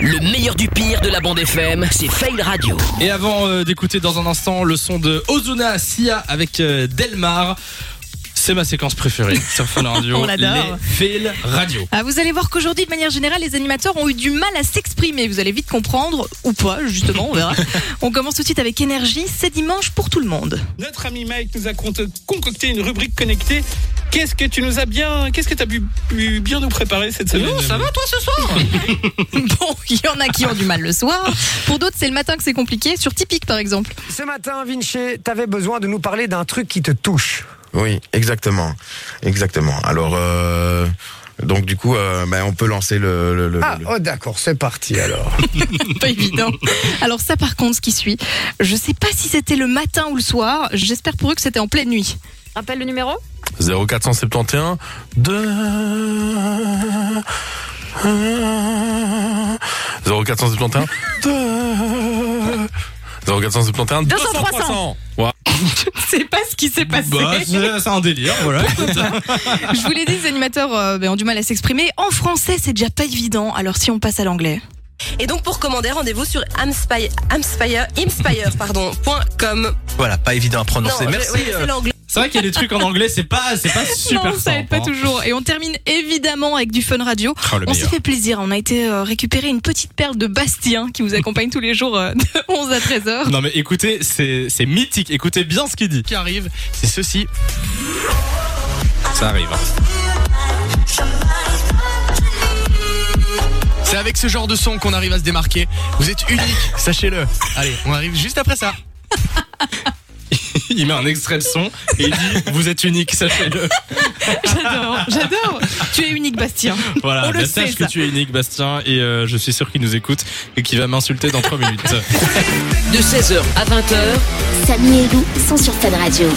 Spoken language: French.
Le meilleur du pire de la bande FM, c'est Fail Radio. Et avant euh, d'écouter dans un instant le son de Ozuna Sia avec euh, Delmar, c'est ma séquence préférée sur Fun Radio. On l'adore. Les Fail Radio. Ah, vous allez voir qu'aujourd'hui, de manière générale, les animateurs ont eu du mal à s'exprimer. Vous allez vite comprendre, ou pas, justement, on verra. on commence tout de suite avec énergie. C'est dimanche pour tout le monde. Notre ami Mike nous a con- concocté une rubrique connectée. Qu'est-ce que tu nous as bien, qu'est-ce que t'as pu, pu bien nous préparer cette semaine va toi ce soir bon, il y en a qui ont du mal le soir. Pour d'autres, c'est le matin que c'est compliqué. Sur Typique, par exemple. Ce matin, Vinci, t'avais besoin de nous parler d'un truc qui te touche. Oui, exactement, exactement. Alors, euh, donc du coup, euh, ben, on peut lancer le. le- le- Ah, le- oh d'accord, c'est parti alors. Pas évident. Alors, ça, par contre, ce qui suit, je sais pas si c'était le matin ou le soir. J'espère pour eux que c'était en pleine nuit. Rappelle le numéro 0471 2 0471 2 0471 200 300 Je sais pas ce qui s'est passé. Bah, c'est c'est un délire, voilà. Je vous l'ai dit, les animateurs euh, ben, ont du mal à s'exprimer. En français, c'est déjà pas évident. Alors, si on passe à l'anglais. Et donc pour commander, rendez-vous sur amspire, amspire, imspire, pardon, point com. Voilà, pas évident à prononcer. je- Merci. oui, c'est euh, l'anglais. C'est vrai qu'il y a des trucs en anglais, c'est pas, c'est pas super non, ça aide simple, pas hein. toujours. Et on termine évidemment avec du fun radio. Oh, le On s'est meilleur. fait plaisir. On a été euh, récupérer une petite perle de Bastien qui vous accompagne tous les jours euh, de 11 à 13 heures. Non mais écoutez, c'est c'est mythique, écoutez bien ce qu'il dit. Qui arrive, c'est ceci. Ça arrive. hein. C'est avec ce genre de son qu'on arrive à se démarquer. Vous êtes unique, sachez-le. Allez, on arrive juste après ça. Il met un extrait de son et il dit Vous êtes unique, sachez-le. J'adore, j'adore. Tu es unique, Bastien. Voilà, On le bah, sait, sache ça. que tu es unique, Bastien, et euh, je suis sûr qu'il nous écoute et qu'il va m'insulter dans 3 minutes. De 16h à 20h, Samy et Lou sont sur Fan Radio.